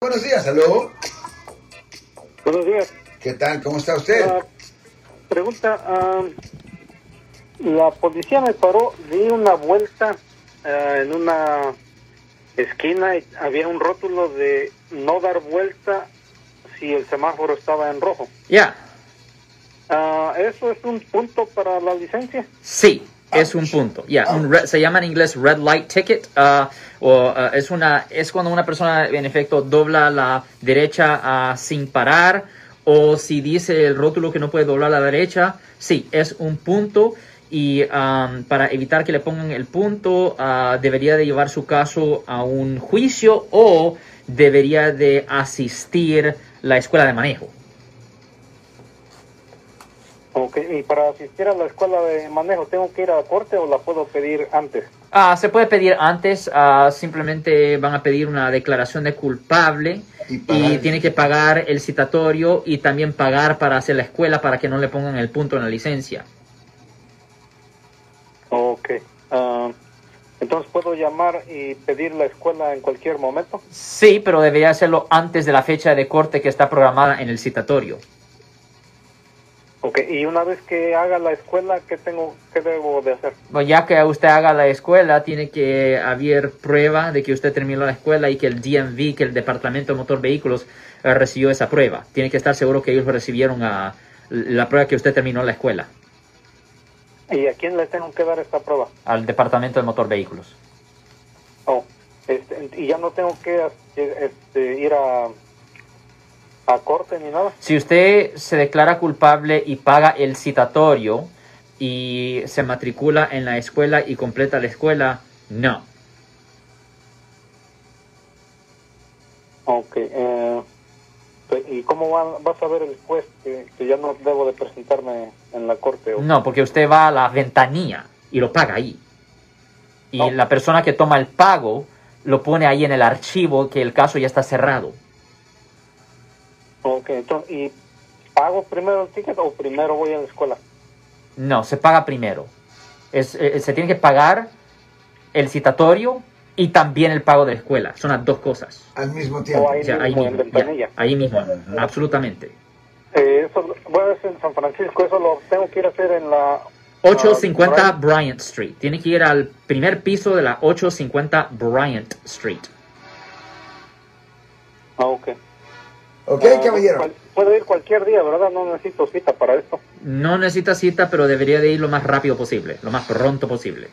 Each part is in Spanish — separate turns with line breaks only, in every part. Buenos días, aló.
Buenos días.
¿Qué tal? ¿Cómo está usted?
Ah, pregunta, ah, la policía me paró, di una vuelta ah, en una esquina y había un rótulo de no dar vuelta si el semáforo estaba en rojo.
Ya,
Ah, ¿Eso es un punto para la licencia?
sí, es un punto. Ya, un red- se llama en inglés red light ticket. ah, o, ah, es, una, es cuando una persona, en efecto, dobla la derecha ah, sin parar. O si dice el rótulo que no puede doblar a la derecha, sí, es un punto. Y am, para evitar que le pongan el punto, ah, debería de llevar su caso a un juicio o debería de asistir la escuela de manejo.
Ok, y para asistir a la escuela de manejo, ¿tengo que ir a corte o la puedo pedir antes?
Ah, se puede pedir antes, ah, simplemente van a pedir una declaración de culpable
Y
y,
pagar.
tiene que pagar el citatorio y también pagar para hacer la escuela para que no le pongan el punto en la licencia.
Ok. ah, entonces, ¿puedo llamar y pedir la escuela en cualquier momento?
Sí, pero debería hacerlo antes de la fecha de corte que está programada en el citatorio.
Ok, y una vez que haga la escuela, ¿qué tengo, qué debo de hacer?
Bueno, ya que usted haga la escuela, tiene que haber prueba de que usted terminó la escuela y que el DMV, que el Departamento de Motor Vehículos, eh, recibió esa prueba. Tiene que estar seguro que ellos recibieron ah, la prueba que usted terminó la escuela
¿Y a quién le tengo que dar esta prueba?
al Departamento de Motor Vehículos.
Oh, este, y ya no tengo que este, ir a, a corte ni nada.
Si usted se declara culpable y paga el citatorio y se matricula en la escuela y completa la escuela, no.
Ok. eh, ¿Y cómo va, vas a ver el juez que, que ya no debo de presentarme en la corte? o-
No, porque usted va a la ventanilla y lo paga ahí. Y
No.
la persona que toma el pago lo pone ahí en el archivo que el caso ya está cerrado.
Ok, entonces, ¿y pago primero el ticket o primero voy a la escuela?
No, se paga primero. Es- eh, se tiene que pagar el citatorio y también el pago de la escuela. Son las dos cosas.
Al mismo tiempo.
O sea, ahí
mismo, en
mismo, ya,
ventanilla.
ahí mismo,
Ajá.
absolutamente.
Eh, eso, bueno, es en San Francisco, eso lo tengo que ir a hacer en la...
850
ah,
Bryant Street. Tiene que ir al primer piso de la 850 Bryant Street.
Ah, ok.
¿Ok,
Ah,
caballero?
cual- Puedo ir cualquier día, ¿verdad? No necesito cita para esto.
No necesita cita, pero debería de ir lo más rápido posible, lo más pronto posible.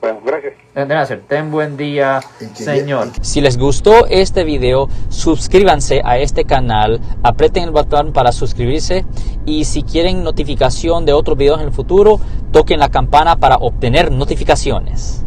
Bueno, gracias.
Gracias. Ten buen día,
Y que-
señor.
y
Si les gustó este video, suscríbanse a este canal, aprieten el botón para suscribirse y si quieren notificación de otros videos en el futuro, toquen la campana para obtener notificaciones.